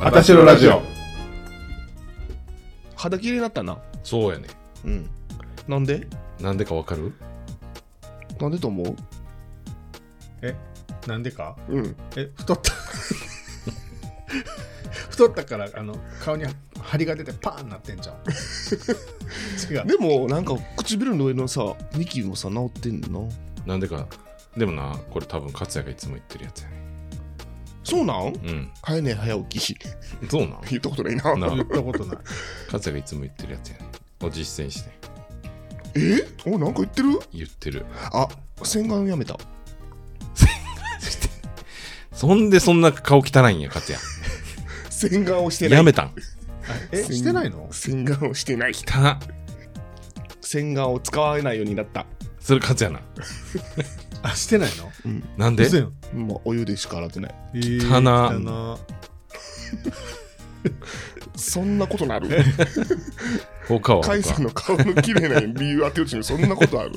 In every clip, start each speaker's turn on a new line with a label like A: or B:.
A: あたしろラジオ。
B: 肌切れになったな。
A: そうやね。
B: うん。なんで
A: なんでかわかる
B: なんでと思う
C: なんでか
B: うん。
C: え、太った。 太ったから、あの、顔に張りが出てパーンなってんじゃん。 違う。
B: でも、なんか唇の上のさ、ニキビもさ、治ってんのな。
A: なんでか。でもな、これ多分、勝也がいつも言ってるやつやね。
B: そうなん
A: うん。
B: 早寝早起き。
A: そうなん
B: 言ったことないな。
A: な
C: 言ったことない。
A: 勝也がいつも言ってるやつやね。を実践して
B: えお、なんか言ってる
A: 言ってる。
B: あ、洗顔やめた。
A: そんでそんな顔汚いんや、勝 也。
B: 洗顔をしてない。
A: やめたん。
C: え、
B: 洗
C: してないの
B: 洗顔をしてない。
A: 汚っ。
B: 洗顔を使わないようになった。
A: それ勝 也な。
C: あ、してないの
A: なんで
C: 嘘やん
B: まあ、お湯でしか洗ってない。
C: えー
A: 汚な
C: 汚
B: そんなこと なる
A: 他は
B: カイさん
A: 他。
B: の顔の綺麗な理由当てようちにそんなことあ る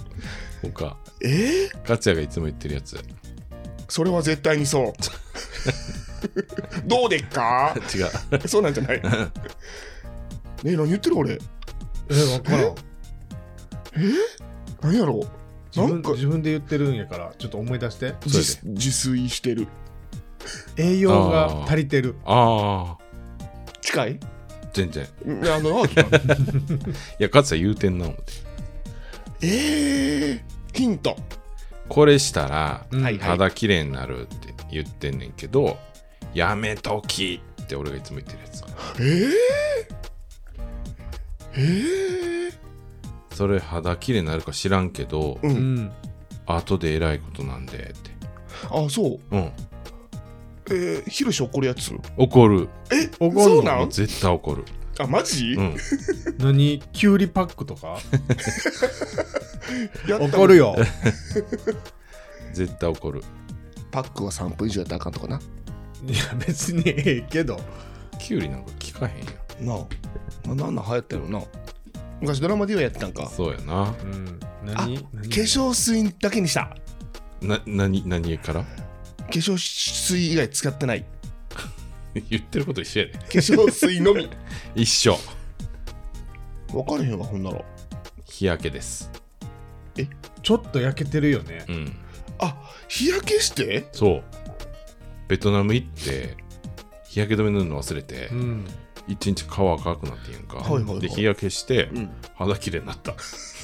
A: 他。
B: えー、
A: 勝也がいつも言ってるやつ。違
B: それは絶対に そうどうでっか
A: う。
B: そうなんじゃないねえ何言ってる俺
C: え、わからん。
B: 何やろう
C: 自
B: なん
C: 分
B: か
C: 自分で言ってるんやから、ちょっと思い出して。
A: そう
B: 自自炊してる
C: 栄養が足りてる。
A: ああ、
B: 近い
A: 全然。い
B: うんあの直 樹は
A: や、勝也言うてんな思って。
B: えー、ヒント
A: これしたら、
C: うん
B: はい
A: 肌綺麗になるって言ってんねんけど、やめときって俺がいつも言ってるやつ
B: えー、えー、
A: それ肌綺麗になるか知らんけど、
B: うん
C: うん。
A: 後でえらいことなんでって
B: あそう
A: うん
B: えー、ヒロシ怒るやつ
A: 怒る
B: え
C: 怒んの
B: そうな
A: もうん絶対怒る
B: あマジ、
A: うん
C: 何キュウリパックとか
B: やった
C: 怒る よ。
A: 絶対怒る
B: パックは3分以上やったらあかんとかない
C: や、別にええけど。
A: キュウリなんか聞かへんやん
B: なあななんなん流行ったよな昔ドラマではやってたんか
A: そうやな
C: うん。
B: あ化
C: 何何
B: 粧水だけにした
A: な何何から
B: 化粧水以外使ってない
A: 言ってること一緒やで
B: 化粧水の み
A: 一緒
B: 分かれへんわほんなら
A: 日焼けです
C: ちょっと焼けてるよね。
A: うん
B: あ日焼けして
A: そうベトナム行って日焼け止め塗るの忘れて
C: うん。
A: 一日顔赤くなってんやんか、
B: はいはいはい
A: で日焼けして
B: うん
A: 肌綺麗になった、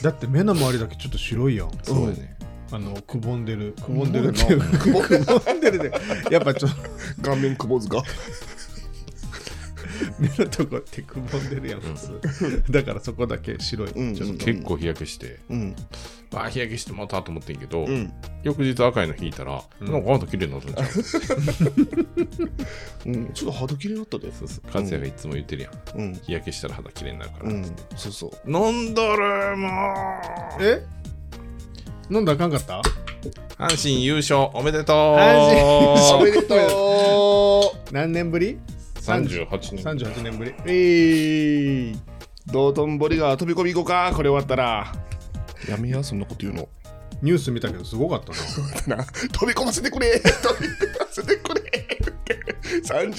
C: だって目の周りだけちょっと白いやん。
A: そうやね
C: あの、くぼんでる。くぼんでるっていうか。
B: くぼんでる
C: くぼんでるで。やっぱちょっと
B: 顔面くぼずか
C: 目のとこってくぼんでるやん、普通。だからそこだけ白い。
B: うん
C: ちょっと
A: 結構日焼けして
B: うん
A: あ日焼けしてまたと思ってんけど、
B: うん
A: 翌日赤いの引いたら、
C: ん
A: なんかあなた綺麗になったんちゃ
B: う
A: う
B: んちょっと肌切れになったで
A: そうそう勝也がいつも言ってるやん、
B: うん
A: 日焼けしたら肌綺麗になるから、
B: うんそうそう
A: 飲んどるもう
C: え飲んだらあかんかった
A: 阪神優勝おめでとう
C: 阪
B: お
C: 神
B: めで と
C: 何年ぶり
A: 38年
C: ?38 年ぶり。
B: うえい道頓堀が飛び込み行こうかこれ終わったらやめやそんなこと言うの
C: ニュース見たけどすごかったな。
B: な飛び込ませてくれ飛び込ませてくれって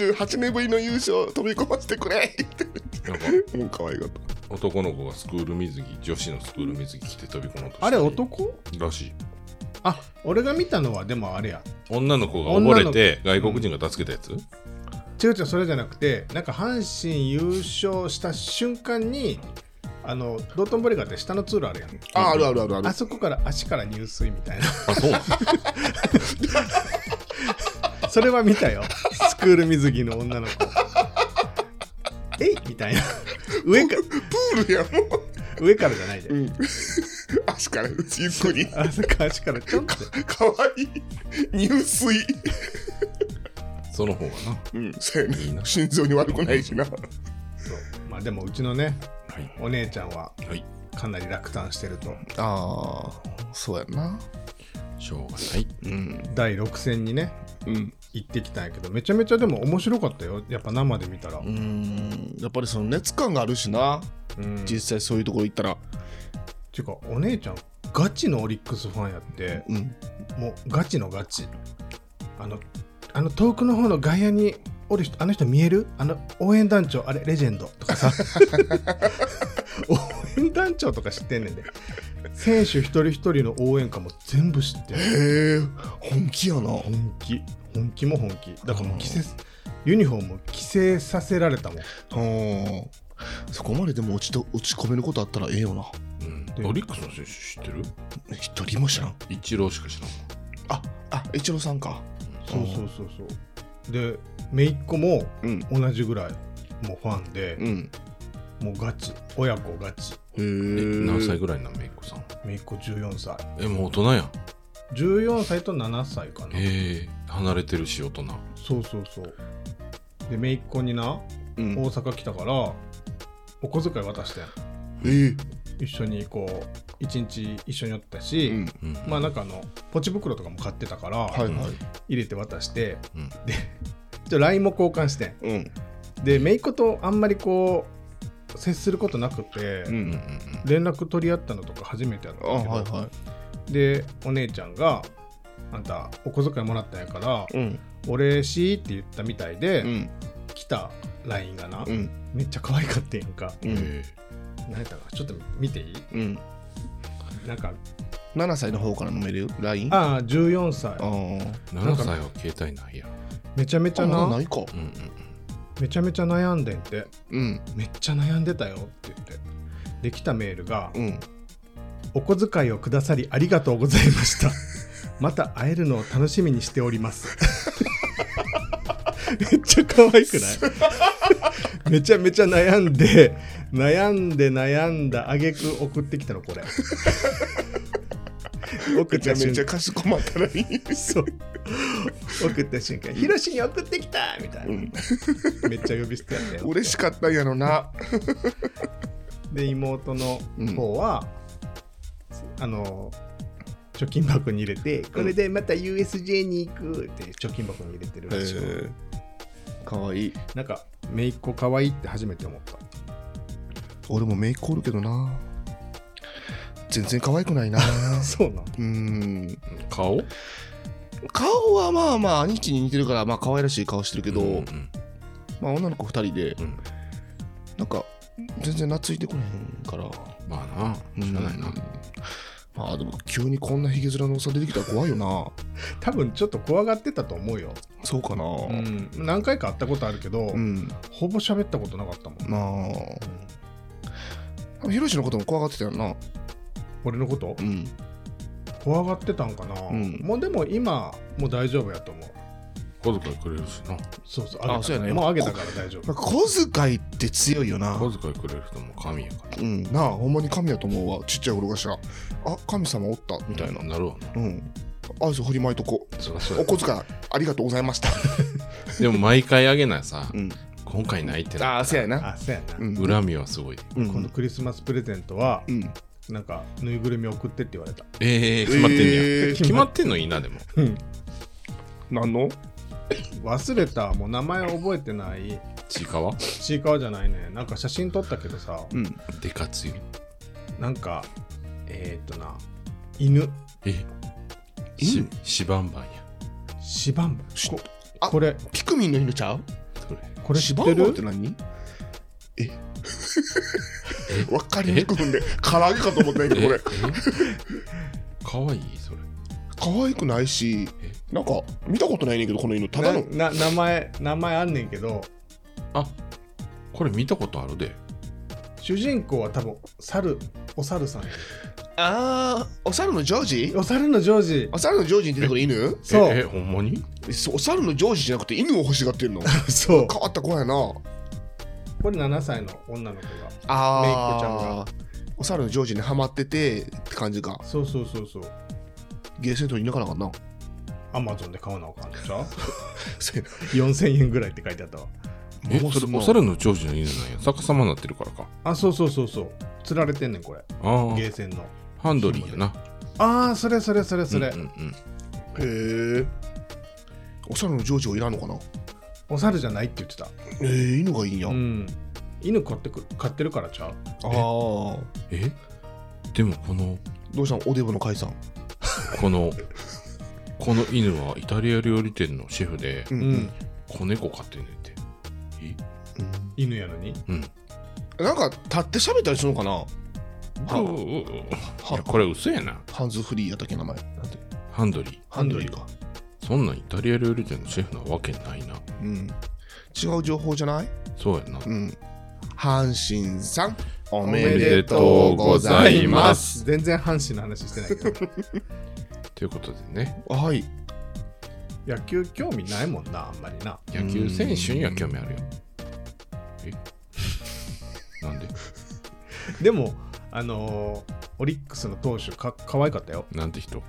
B: 38年ぶりの優勝飛び込ませてくれって
A: なんか
B: もう可愛かった
A: 男の子がスクール水着女子のスクール水着着て飛び込もうとした
C: あ
A: り
C: れ男
A: らしい
C: あ、俺が見たのはでもあれや。
A: 女の子が溺れて外国人が助けたやつ、
C: 違う違うそれじゃなくてなんか阪神優勝した瞬間にあの道頓堀川って下の通路あるやん
B: ああるあるあるある
C: あそこから足から入水みたいな
A: あそうなの
C: それは見たよスクール水着の女の子えいみたいな上か
B: プールやもう
C: 上からじゃないで、
B: 足からゆっくり
C: あそこから足からちょんって
B: 可愛い入水
A: その方がな
B: うんそうやね
A: いいな
B: 心臓に悪くないしな
C: そうまあでもうちのね
A: はい
C: お姉ちゃんは
A: はい
C: かなり落胆してると
B: ああそうやな
A: しょうがない
B: うん
C: 第6戦にね
B: うん
C: 行ってきたんやけどめちゃめちゃでも面白かったよやっぱ生で見たら、
B: うーんやっぱりその熱感があるしな
C: うん
B: 実際そういうところ行ったら
C: ていうかお姉ちゃんガチのオリックスファンやって
B: うん
C: もうガチのガチあのあの遠くの方の外野におる人あの人見えるあの応援団長あれレジェンドとか さ応援団長とか知ってんねんで選手一人一人の応援歌も全部知ってる
B: へえ本気やな
C: 本気本気も本気だからもう着せユニフォーム着せさせられたもん
B: うんそこまででも落ちと落ち込めることあったらええよな
A: うんオリックスの選手知ってる
B: 一人も知らん
A: イチローしか知らんわ
B: ああイチローさんか
C: そうそうそうそうで姪っ子も
B: うん
C: 同じぐらいもうファンで、
B: うん
C: もうガチ親子ガチ
B: へえ
A: え何歳ぐらいなんめいこさん
C: 姪っ子14歳
A: えもう大人やん
C: 14歳と7歳かな
A: ええ離れてるし大人
C: そうそうそうで姪っ子にな
B: うん
C: 大阪来たから、お小遣い渡してん
B: え
C: 一緒にこう一日一緒におった
B: え
C: し、
B: うん
A: うん
C: まあなんかあのポチ袋とかも買ってたから、
B: はいは
C: 入れて渡して、
A: うん
C: でじゃ LINE も交換してん
B: いうん
C: で姪っ子とあんまりこう接することなくて、
B: う
A: うんうん
B: ん
A: うん
C: 連絡取り合ったのとか初めてやった
B: あ
C: んだけど、
B: はいは
C: でお姉ちゃんが「あんたお小遣いもらったんやから
B: いうん
C: お礼し」って言ったみたいで、
B: うん
C: 来た LINE がな、
B: うん
C: めっちゃ可愛かったやんか
B: うん
A: え
C: 何やったかなちょっと見ていい
B: うん
C: なんか
B: 7歳の方からのメール LINE あ
C: ああ14歳
B: あ
A: え7歳は携帯ないやん
C: めちゃめちゃ
B: あな
C: ない
B: か
A: うんうん
C: めちゃめちゃ悩んでんって
B: うん
C: めっちゃ悩んでたよって言ってできたメールが
B: う、ん
C: お小遣いをくださりありがとうございました。 また会えるのを楽しみにしております。 めっちゃ可愛くない めちゃめちゃ悩んで、悩んで悩んだ挙句送ってきたの、これ。 送
B: め
C: っ
B: ちゃ
C: た
B: め
C: 瞬
B: ちゃ
C: 間、
B: かしこまった LINE
C: そう。送った瞬間、ヒロシに送ってきたみたい
B: うん
C: な。めっちゃ呼び捨てやったよ。
B: 嬉しかったんやろな
C: で妹の方は、あの貯金箱に入れて、これでまた USJ に行くって貯金箱に入れてるらしい、
B: かわいい
C: なんか姪っ子可愛いって初めて思った
B: 俺もメイクおるけどな全然可愛くない な
C: そうなん
B: うーん
A: うん顔
B: 顔はまあまあ兄貴に似てるからまあ可愛らしい顔してるけど、
A: うんうん
B: まあ女の子2人で
A: うん
B: なんか全然懐いてこれへんから
A: まあな知らないな
B: うんまあでも急にこんなひげ面のおっさん出てきたら怖いよな
C: 多分ちょっと怖がってたと思うよ、
B: そうかな
C: う
B: うん、
C: ん、何回か会ったことあるけど、ほぼ喋ったことなかったもん、
B: まあヒロシのことも怖がってたよな
C: 俺のこと
B: うん
C: 怖がってたんかな、
B: ん
C: もうでも今もう大丈夫やと思う
A: 小遣いくれるしな
C: そうそう
B: あ
C: あげた
B: そうやね
C: もうあげたから大丈夫
B: まあ小遣いって強いよな
A: 小遣いくれる人も神やか
B: うん、なあほんまに神やと思うわちっちゃい頃がしらあ神様おったみた
A: ら
B: いな
A: なるわな
B: うんあいつ振りまいとこ
A: そりゃそう
B: お
A: や
B: 小遣いありがとうございました、
A: でも毎回あげなさ
B: うん、
A: 今回ないって
B: あ
A: な
B: あせやな
C: あそうやな、
B: うんうん
A: 恨みはすごい
C: 今度クリスマスプレゼントは、
B: うん
C: なんかぬいぐるみ送ってって言われた。
A: ええ決まってんねや
B: えー
A: 決まってんのいいなでも
B: なんの
C: 忘れた、もう名前覚えてない、
A: ちいかわ
C: ちいかわじゃないね、なんか写真撮ったけどさ、
B: うん
A: でかつゆ
C: なんか、えー、っとな、犬、
A: え
B: いい
A: ししばんばんや
C: シバンバ。
B: し
C: こ
B: あ
C: これ、
B: ピクミンの犬ちゃう
A: それ
C: これ知
B: シ
C: っ
B: バ
C: て
B: ンバンって
C: る
B: 何え わかりにくくんで唐揚げかと思ったんやけどこれ
A: えかわいいそれ
B: 可愛くないしなんか見たことないねんけどこの犬ただの
C: なな名前、名前あんねんけど、
A: あこれ見たことあるで
C: 主人公は多分、猿、お猿さんや。
B: ああお猿のジョージ
C: お猿のジョージ、
B: お猿のジョージに出てくる犬
C: そう
A: ええほんまに
B: そうお猿のジョージじゃなくて犬を欲しがってるの変
C: そう、
B: わった子やな
C: これ7歳の女の子が。
B: ああお猿のジョージにはまっててって感じか
C: そうそうそうそう、
B: ゲーセントにいなかなかったな
C: アマゾンで買わなあかんでし ょ
B: そうやな
C: ?4000 円ぐらいって書いてあったわ。
A: え
B: もう
A: それ
B: もう
A: お猿の長寿の犬なんや逆さまになってるからか
C: あ、そうそうそうそう、釣られてんねん、これ、
A: ああ
C: ゲーセンの。
A: ハンドリーやな
C: ああ、それそれそれそれ。
A: うんうんうん
B: へえお猿のジョージはいらんのかな
C: お猿じゃないって言ってた。
B: えー、犬がいいんや、
C: うん。犬飼ってく飼ってるからちゃう
B: ああど
A: えでもこの
B: うしたんおデブの解散
A: このこの犬はイタリア料理店のシェフで
B: う
C: うん。
A: 子猫飼ってんねんてえ
C: 犬やのに
A: うん
B: なんか立って喋ったりするのかな
A: うううういやこれ嘘やな
B: ハンズフリーやったっけ名前なんて
A: ハンドリー
B: ハンドリーか
A: そんなんイタリア料理店のシェフなわけないな
B: うん違う情報じゃない
A: そうやな
B: うん阪神さんお
A: めでとうございます
C: 全然阪神の話してないけ ど
A: ということでね
B: はい
C: 野球興味ないもんなあんまりな
A: 野球選手には興味あるよえ なんで
C: でもあのーオリックスの投手か可愛かったよ
A: なんて人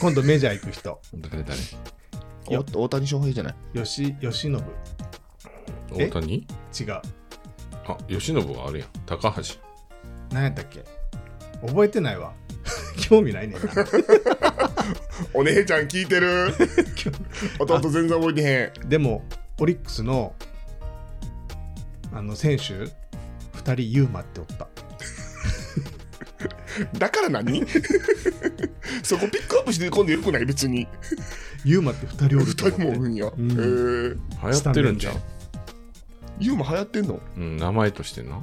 C: 今度メジャー行く人
A: 誰誰
C: いや
B: お大谷翔平じゃない
C: 吉吉信違うえ
A: 大谷あ吉信はあれやん高橋
C: 何やったっけ覚えてないわ 興味ないねんな
B: お姉ちゃん聞いて る弟全然覚えてへん
C: でもオリックスのあの選手2人ユーマっておった
B: だから 何そこピックアップして今度よくない別に
C: ユーマって2人お
B: 二
C: ると思っ
B: 人も
C: て
B: おるんや、
C: うん
B: へー
A: 流行ってるんじゃん
C: ス
B: ユーマ流行ってんの
A: うん名前としてな
B: ああ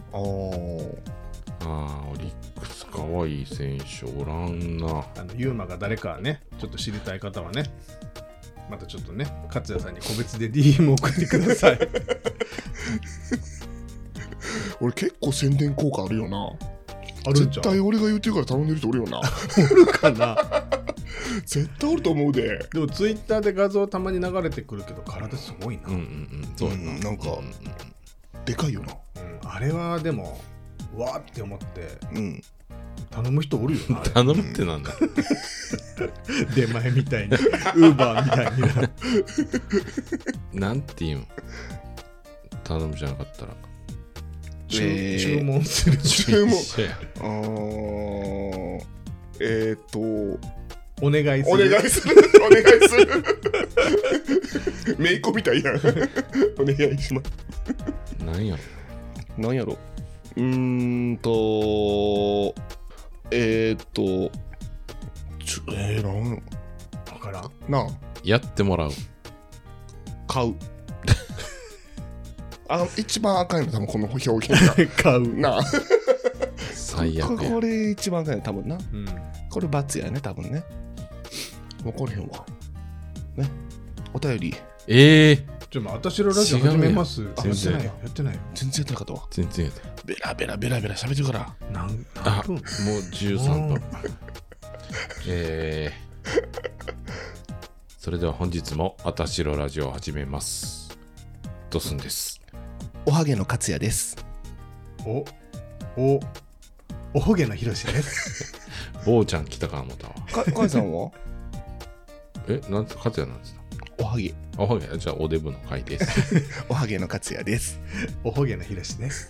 A: あーオリックスかわいい選手おらんな
C: あのユーマが誰かねちょっと知りたい方はねまたちょっとね勝也さんに個別で DM 送ってください
B: 俺結構宣伝効果あるよな
C: あるんち
B: 絶
C: ゃう
B: 対俺が言ってるから頼んでる人おるよ な
C: かな
B: 絶対おると思うで
C: でもツイッターで画像たまに流れてくるけど体すごいな、
A: うんうんうんそうやな,、
B: うんなんか
A: う
B: でかいよな
C: うんあれはでもうわーって思って
B: うん
C: 頼む人おるよ なあれ
A: 頼むってなんだ
C: 出前みたいに、ウーバーみたいに な。
A: なんて言うん頼むじゃなかったら
C: 注
B: えー
C: 注文する。
B: 注文
A: 一緒や
B: あーえー、っ とお
C: お願いする。
B: 願い するお願いする めいっ子みたいやんお願いします
A: なんやろ
B: なんやろうーんとえー、っとちょえー、なんやろ
C: わからん。
B: なあ
A: やってもらう
B: 買う あ一番赤いの多分この表現 が
C: 買う。
B: なあ
A: 最悪や
B: これ一番赤いの多分な
C: うん。
B: これ罰やね多分ね分かれへんわねお便り
A: ええ
C: ちょ、まあ、私のラジオ始めます。あや
A: 全
C: って
A: 然
C: ないよ。やってないよ。
B: 全然やってなかったわ
A: 全然やで
B: ベラベラベラベラ喋ってるから
C: 何
A: あ
C: 何
A: もう
C: 分
A: 13分 えーそれでは本日もあたしろラジオを始めますドスンです
B: おはげの勝也です
C: お、お、おほげのひろし です。
A: 坊ちゃん来たか思ったわ
B: かかいさんは
A: えなんて勝也なんですか
B: おはげ
A: あほやじゃあおデブの回です
B: おはげの勝也です
C: おほげのひろしです。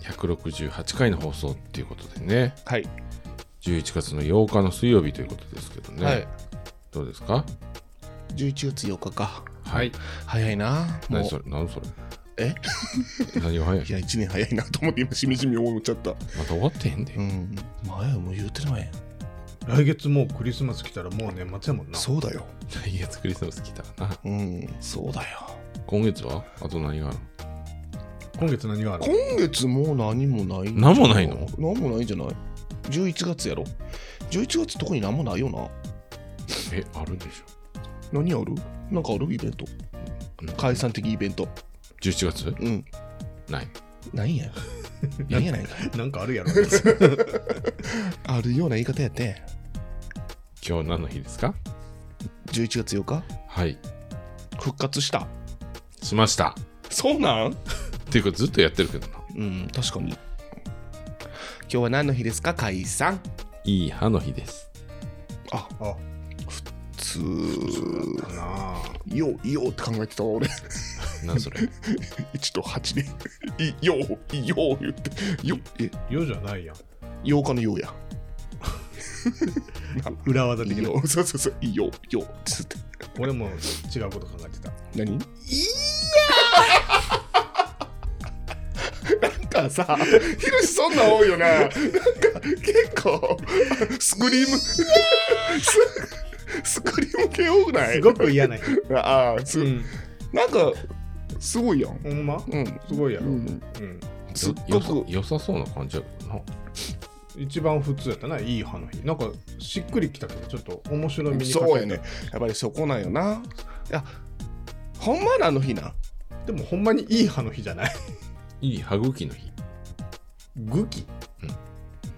A: 168回の放送っていうことでね
B: はい、
A: 11月の8日の水曜日ということですけどね、
B: はい
A: どうですか
B: 11月8日か
A: はい
B: 早いなもう
A: 何それ何それ
B: え
A: 何が早い
B: いや1年早いなと思って今しみじみ思っちゃった
A: まだ終わってへんで、
B: うん前はもう言うてないやん
C: 来月もうクリスマス来たらもう年末やもんな。
B: そうだよ
A: 来月クリスマス来たらな
B: うんそうだよ
A: 今月はあと何がある
C: 今月何がある
B: 今月もう何もない
A: 何もないの
B: 何もないんじゃない11月やろ11月特に何もないよな
A: えあるでし
B: 何あるなんかあるイベント
A: うん
B: 解散的イベント
A: ょ11月
B: うん
A: ない
B: ないや何 やないか
C: なんかあるやろ。
B: あるような言い方やって
A: 今日何の日ですか
B: 11月8日
A: はい
B: 復活した
A: しました
B: そうなん
A: っていうかずっとやってるけどな
B: うん確かに今日は何の日ですか解散
A: いい歯の日です
B: あ
C: あ、
B: つ
C: かなあ
B: ようようって考えてたわ 俺
A: 何それ
B: 1と8でいよういよう言ってよえ
C: 世じゃないやん。
B: 8日のようや
C: 裏技
B: い
C: 的
B: い
C: な
B: よ。そうそうそう、いいよ、いいよ、つって。
C: 俺も違うこと考えてた。
B: 何いや なんかさ、ひろしそんなん多いよな。なんか 結構、スクリーム、ススクリームけ多くない
C: すごく嫌な人。
B: ああ す、
C: うん。
B: なんかすごいやん
C: ほんま
B: うん
C: すごいやろ。
B: う
C: うんん。
B: すっ
A: よ
B: ご
A: さ
B: く
A: 良さそうな感じやけどな
C: 一番普通やったな、いい歯の日。なんか、しっくりきたけど、ちょっと面白みに欠けた
B: そうやね。やっぱりそこなんよないやほんまなあの日な
C: でも、ほんまにいい歯の日じゃない。
A: いい歯茎の日
C: グキ。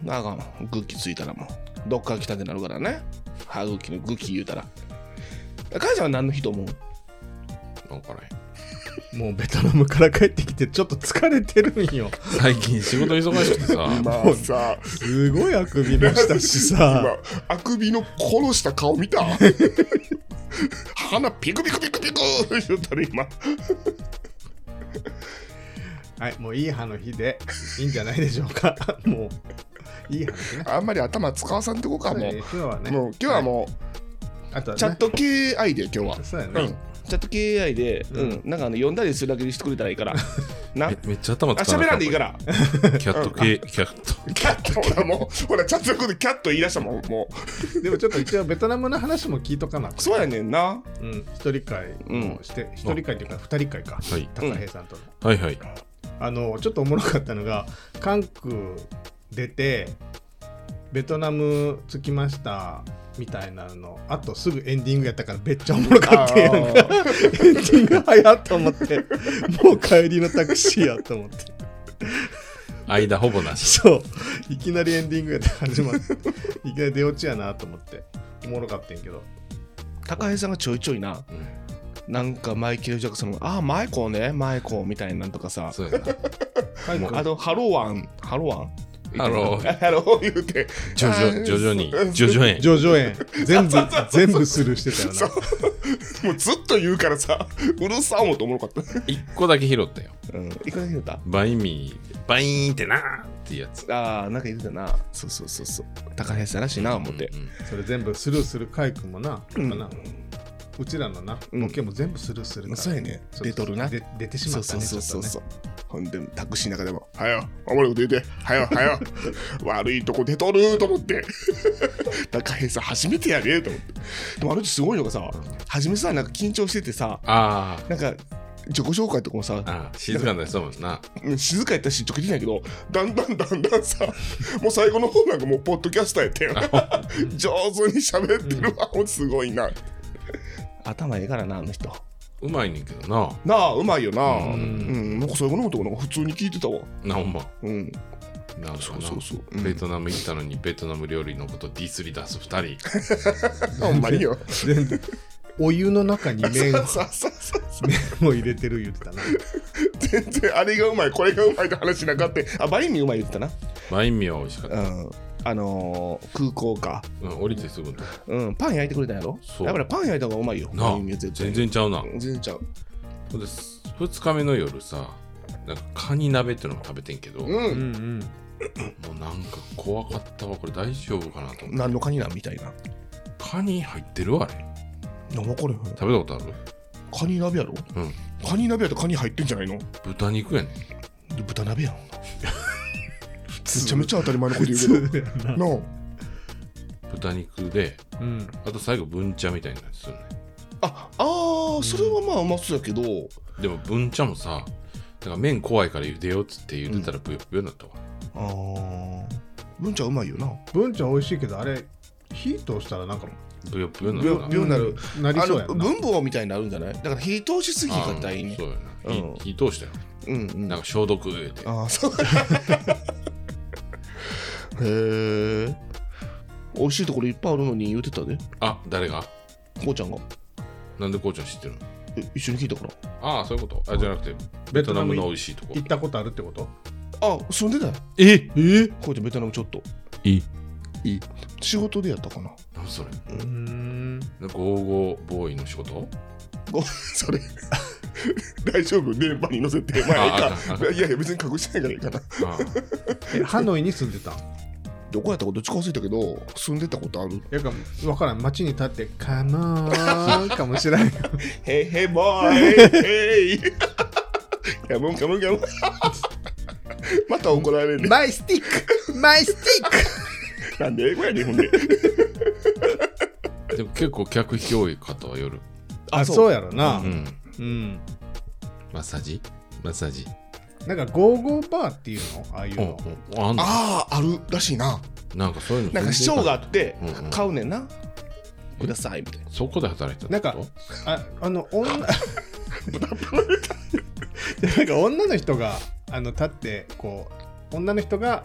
B: あかんグッキついたらもうどっから来たってなるからね歯グキのグッキ言うたら母ちゃんは何の日と思う
A: なんかね
C: もうベトナムから帰ってきて、ちょっと疲れてるんよ。
A: 最近仕事忙しくて さ
B: 今さ
C: すごいあくびもしたしさ。
B: あくびの殺した顔見た 鼻ピクピクピクピク言うたら今
C: はい、もういい歯の日でいいんじゃないでしょうか。 もう、いい歯の日ね。
B: あんまり頭使わさんとこかもう、
C: 今日はね、
B: もう今日はも
C: あとはね
B: うチャット KI で今日は、
C: そうや
B: う
C: ね。
B: んチャット KI で、う、
C: うん
B: なんかあの呼んだりするだけにしてくれたらいい からなあ
A: めめっちゃ頭使う
B: 喋らんでいいから
A: キャット系キャット
B: キャットほらもうほらチャット君でキャット言い出したもんも
C: でもちょっと一応ベトナムの話も聞いとかな
B: うそうやねんな
C: うん、一人会をして、一、人会というか二人会か、
A: はい
C: 高平さんとの、
A: はいはい
C: あの、ちょっとおもろかったのが、韓国出て、ベトナム着きましたみたいなの、あとすぐエンディングやったからめっちゃおもろかったやんか。
B: あー
C: エンディング早っと思って、もう帰りのタクシーやと思って。
A: 間ほぼなし
C: そういきなりエンディングやって始まっていきなり出落ちやなと思っておもろかったんやけど
B: 高橋さんがちょいちょいな
A: うん
B: なんかマイケル・ジャクソンのああマイコーねマイコーみたいなんとかさ
A: そうやな
C: カイ君
B: あのハローワンハローワン
A: ハ ロー
B: ハロー言うて
A: 徐々徐々に徐々に
C: 叙々苑全部全部スルーしてた
B: そう
C: よ
B: もうずっと言うからさうるさ思っておもろかった
A: 一個だけ拾ったよ
B: うんいくら言うた
A: バインミーバイーンってなーってやつ
B: ああなんか言うたなそうそうそうそう高橋さんらしいな思って
A: うんうん
C: なそれ全部スルーするカイ君もな,、
B: うん
C: なうちらのな
B: うん
C: ボケも全部スルーするから、
B: そうやね
C: そう
B: 出とるな
C: で出てしま
B: そう
C: った
B: そ
C: ね
B: うそうそう
C: ちょっとね
B: そうほんでタクシーの中でも「はよおもろいこと言うてはよはよ 悪いとこ出とる」と思って 高橋さん初めてやねと思ってでもあの人すごいのがさ初めさなんか緊張しててさ
A: あー
B: なんか自己紹介とかもさ
A: あー静かな人だもんな
B: 静かやったしちょけてないけどだんだんだんだんさもう最後の方なんかもうポッドキャスターやったよ 上手に喋ってるわ、もうすごいな頭ええからなあの人
A: うまいねんけどな
B: なあうまいよなう
A: うんん、
B: なんか最後の方とかなんか普通に聞いてたわ
A: なほんま
B: うん
A: なんか
B: そう
A: な
B: そうそううん
A: ベトナム行ったのにベトナム料理のことディスり出す2人
B: ほんまによ
C: 全然お湯の中に麺を
B: さあさあさあ
C: 麺を入れてる言ってたな
B: 全然あれがうまいこれがうまいって話しなかったあバインミーうまい言ってたな
A: バインミーは美味しかっ
B: う
A: た、
B: んあのー空港か
A: うん、降りてすぐのとこ
B: うんパン焼いてくれたんやろ
A: そう
B: やっぱりパン焼いた方がうまいよ
A: な
B: バインミーは絶対
A: 全然ちゃうな
B: 全然ちゃう
A: ほんで2日目の夜さなんかカニ鍋ってのも食べてんけど、も
C: う
B: うん
C: んうん
A: うなんか怖かったわこれ大丈夫かなと思って
B: 何のカニなんみたいな
A: カニ入ってるあれ
B: な分かれへん
A: 食べたことある
B: カニ鍋やろ
A: うん
B: カニ鍋やとカニ入ってんじゃないの
A: 豚肉やねん
B: で豚鍋やんめちゃめちゃ当たり前のこと言うけど
C: 普通やな
B: な
A: 豚肉で
C: うん
A: あと最後分茶みたいなやつするね
B: ああーそれはまあうまそうやけど
A: でも分茶もさだから麺怖いから茹でようっつって茹でたらぷよぷよになったわ、
B: あー文ちゃんうまいよな
C: 文ちゃん美味しいけどあれ火通したらなんか
A: ぷよぷよになった
B: ぷよぷよになる
C: うんなり
B: あ
C: そうや
B: の
C: んな
B: 文房みたいになるんじゃないだから火通しすぎがたい
A: あ
B: ね
A: ーそうやな、
B: うん
A: 火火通したよ
B: うんうん
A: なん
B: あ
A: か消毒言うて
B: あーそうへえ美味しいところいっぱいあるのに言うてたで
A: あ誰が
B: こうちゃんが
A: なんでこうちゃん知ってるの
B: え一緒に聞いたから
A: ああそういうことあじゃなくてベ
C: ベ
A: ト
C: ト
A: ナ
C: ナム
A: ムの
C: の美
A: 美味しいとこ
C: 行ったことあるってこと
B: あ住んでたよ
A: ええ
B: こうちゃんベトナムちょっと
A: いい
B: いい仕事でやったかな
A: 何それ
C: うーん
A: ゴーゴーボーイの仕 事
B: ごそれ 大丈夫電波に乗せてま
A: あ
B: あ
A: あかんあ
B: いい
A: か
B: かいやいや別に隠してないからいいかな
A: あ
C: えハノイに住んでたん
B: どこやったかどっちか忘れたけど住んでたことある
C: やか分からん街に立って「カモー ン」かもしれん
B: へいへいボ ーイへいやもんかもんかもん また怒られるね
C: マイスティ ックマイスティック
B: なんで英語やねんほんで
A: でも結構客引き多い方は夜。
C: あそうやろな
A: う
C: うん、
A: ん。マッサージマッサージ。
C: なんかゴーゴーバーっていうのああいう
A: うん
C: の、
A: うんあんの
B: あああるらしいな
A: なんかそういうの
B: なんか市長があって
A: うんうん
B: 買うねんなくださいみたいな
A: そこで働いてた
C: なん
A: って
C: か
A: こと
C: ああの女 なんか女の人があの立ってこう女の人が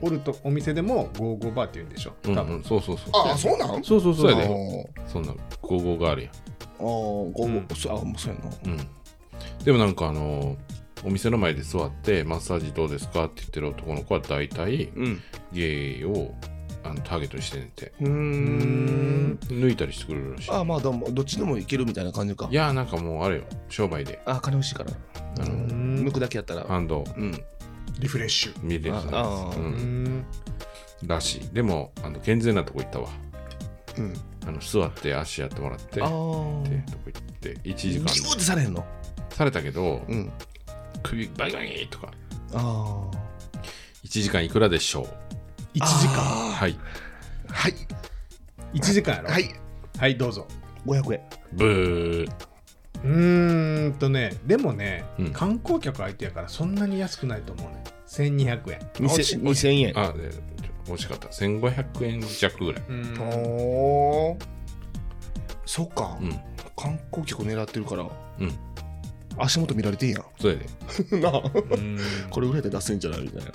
C: おるとお店でもゴーゴーバーって言うんでしょ多
A: うん
C: 分、
A: うん、そうそうそう。
B: ああそうなん
A: そうそうそうや
B: あー
A: で。そんな高校があるや。
B: あーごご
C: うん
B: そうあもうそうやなん
A: うん。でもなんかあのーお店の前で座って、マッサージどうですかって言ってる男の子は大体、
B: うん
A: ゲイをあのターゲットにしてんねんて。
B: うーん
A: 抜いたりしてくれるらしい。
B: ああまあでもどっちでもいけるみたいな感じか
A: いや、なんかもうあれよ、商売で、
B: ああ金欲しいから
A: あの、
C: うん
B: 抜くだけやったら
A: ハンド
B: うん
C: リフレッシュ
A: 見れるじゃない
B: あ
A: で
B: あ
A: す
B: ー
A: かう
C: うんん
A: らしい。でも、あの健全なとこ行ったわ。
B: うん
A: あの座って足やってもらって、
B: ああ
A: ってとこ行って、1時
B: ギュ
A: 間
B: ーってされへんの
A: されたけど、
B: うん
A: 首バリバリとか、
B: ああ
A: 1時間いくらでしょ
C: 1
A: う
C: 時間
B: あ
A: はい。
B: ーはい
C: 1時間やろ、
B: はいい
C: はい、どうぞ
B: 500円
A: ブー。
C: うーんとねでもね、
A: うん
C: 観光客相手やからそんなに安くないと思うね1200円
B: 2000 2000円
A: あ、で、惜しかった。1500円弱ぐらい。
C: うん
B: おーそっか、
A: うん。
B: 観光客狙ってるから
A: うん。
B: 足元見られてんやん
A: そうや で。
B: なあ
C: うん
B: これぐらいで出せんじゃないみたいな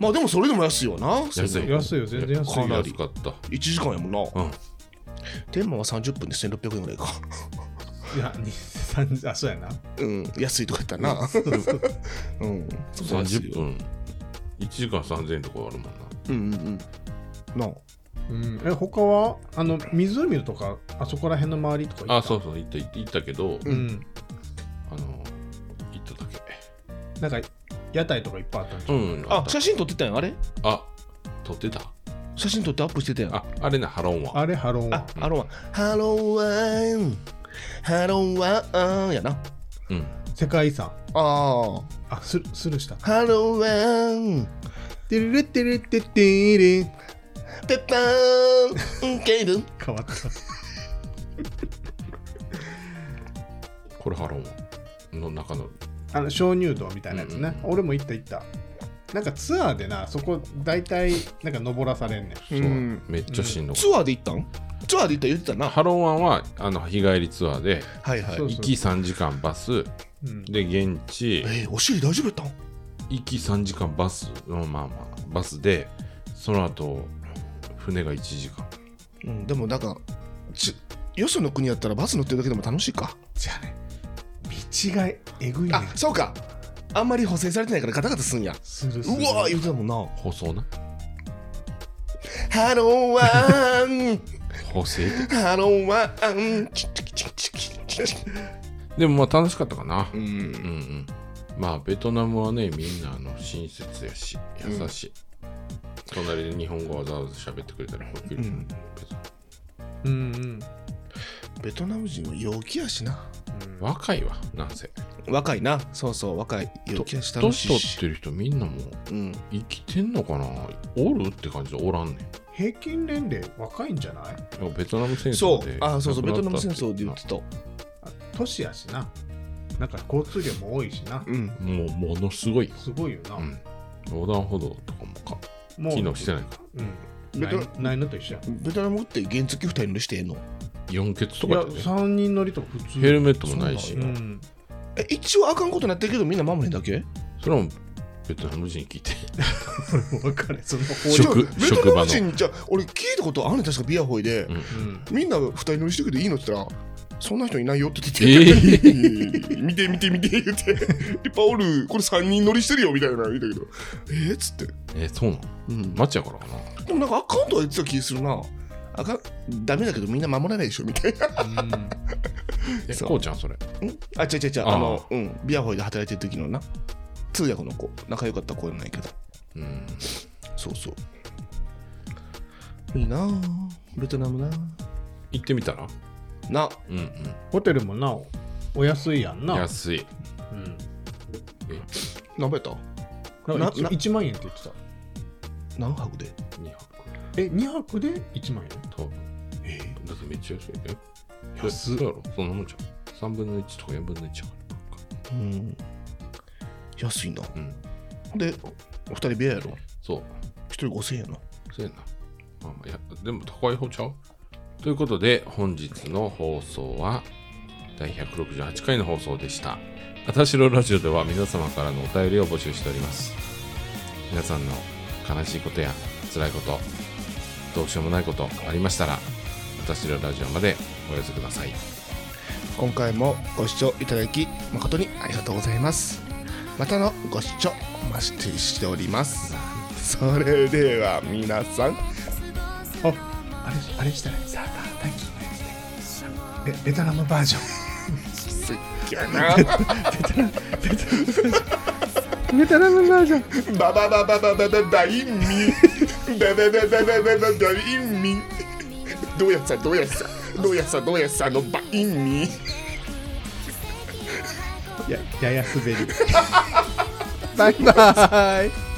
B: まあでもそれでも安いよな
A: 安い
B: そんな
C: 安いよ全然安い
A: か
C: よ
A: なり安かった。
B: 1時間やもんな
A: うん。
B: 天満は30分で1600円ぐらいか
C: いやにさんあそうやな
B: うん安いとか言ったらな うんそうそう安い
A: 30
B: よ
A: 分。1時間3000円とかあるもんな。
B: うんうんうんなあ
C: うん、え他はあの湖とかあそこら辺の周りとか行った
A: あ、そうそう、行った、行った行ったけど、
C: う、ん、
A: あの、行っただ
C: なんか屋台とかいっぱいあったん
A: け。うん。
B: あ
A: った
B: 写真撮ってたやんあれ
A: あ、撮ってた
B: 写真撮ってアップしてたやん
A: あ、あれな、ハロンは。
C: あれハロン
B: あハローワンハローワンハローワンやな
A: うん。
C: 世界遺産
B: ああ
C: あスルスルーした
B: ハローワン
C: てるるてるててれ
B: ペッパーンケイブン
C: 変わった
A: これハロンの中の。
C: あの鍾乳洞みたいなやつね、
A: うん
C: 俺も行った行ったなんかツアーでなそこ大体なんか登らされんねん
A: そう
B: うん。
A: めっちゃしんどかっ
B: ツアーで行ったんツアーで行った言ってた
A: た。
B: な
A: ハロンワンは、あの、日帰りツアーで、
B: はいは
C: そう
A: 行き3時間バス、
C: うん、
A: で、現地、
B: えーお尻大丈夫やったん
A: 行き3時間バス、うん、まあまあ、バスで、その後、船が1時間。
B: うんでもなんかちよその国やったらバス乗ってるだけでも楽しいか
C: じゃあね道がえぐいね
B: あそうかあんまり補正されてないからガタガタすんや
C: するす
B: う
C: る
B: わー言ってたもんな
A: 舗装な。
B: ハローワ ン
A: 補正って
B: ハローワンチキチキチキチキチキ
A: でもまあ楽しかったかな。
B: う
A: うん
B: ん
A: うん。まあベトナムはね、みんなあの親切やし、優しい。隣で日本語わざわざ喋ってくれたり、ほっきり
B: うん
C: うんうん
B: ベトナム人は陽気やしな
A: 若いわ、なんせ。
B: 若いなそうそう若い陽気やし楽
A: 年
B: し
A: 取
B: い
A: っ
B: して
A: る人みんなもう
B: うん
A: 生きてんのかなおるって感じでおらんねん。
C: 平均年齢若いんじゃない
A: いやベトナム戦
B: そ
A: 争
B: う
A: で。
B: あそうそうベ
A: 亡
B: ト
A: く
B: ナム
A: なっ
B: 戦
A: たって
B: 争で言ってた
C: あ都市やしななんか交通量も多いしな
B: うん
A: もうものすごいよ。
C: すごいよな、
A: うん。横断歩道とかもか
C: もう
A: 機能してないから。
C: うん
B: ベ
C: な
B: ト
C: いないのと一緒や
B: ベトナムって原付二人乗りしてんの
A: 四欠と
C: いや
A: かで、ね、
C: 3人乗りとか普通
A: ヘルメットもないし
B: そうな、
C: ん、
B: え一応あかんことになってるけどみんな守れんだけ
A: それもベトナム人聞いて。
C: 分かれその法
A: 職
C: 律、
B: じゃあベ
A: 職
B: ト
A: 場
B: ナ
A: の
B: ム人じゃ俺聞いたことあるね確かビアホイで、
A: うん
C: うん、
B: みんな二人乗りしてるけどいいのって言ったらそんな人いないよって
A: え
B: 言ってて、 見て見て見て言っていっぱいおるこれ3人乗りしてるよみたいな言うたけどえっ、つって、
A: えーそうなの
B: うん
A: 町やからかな。
B: でもなんかアカウントは言ってた気するなあかんダメだけどみんな守らないでしょみたいな
A: え、
B: そう
A: こうちゃん、それ。
B: んあ違う違う違う
A: あー
B: あの、うん、ビアホイで働いてる時のな通訳の子仲良かった子じゃないけど
A: うん。
B: そうそういいなあベトナムなあ
A: 行ってみたら
B: な
A: うんうん。
C: ホテルもなおお安いやんな、うん、
A: 安い。
B: 何杯やっ
C: なんか
B: なな
C: 1, 1万円って言ってた
B: た何泊で
A: 2泊
C: え2泊で1万円
A: 多分。
B: え
A: だってめっちゃ安いね。
C: 安っ
A: だろ、そんなもんじゃん。3分の1とか4分の1だか
B: うん安いな
A: ら。うん。
B: でお二人部屋やろ
A: そう。
B: 一人5000円やな
A: そうやな。まあまあ、いや、でも高い方ちゃうということで、本日の放送は、第168回の放送でした。あたしろラジオでは皆様からのお便りを募集しております。皆さんの悲しいことや辛いこと、どうしようもないことありましたら、あたしろラジオまでお寄せください。
B: 今回もご視聴いただき誠にありがとうございますまたのご視聴お待ちしておりますそれでは皆さ
C: あ
B: ん
C: あれあれしたらいいサーターアンダギーベベトナムバージョン
B: すっげえな
C: ベトナムバージョン
B: バババババババ大民バババババババ大民どうやさどうやさどうやさどうやさのバインミ
C: やややすべりバイバイ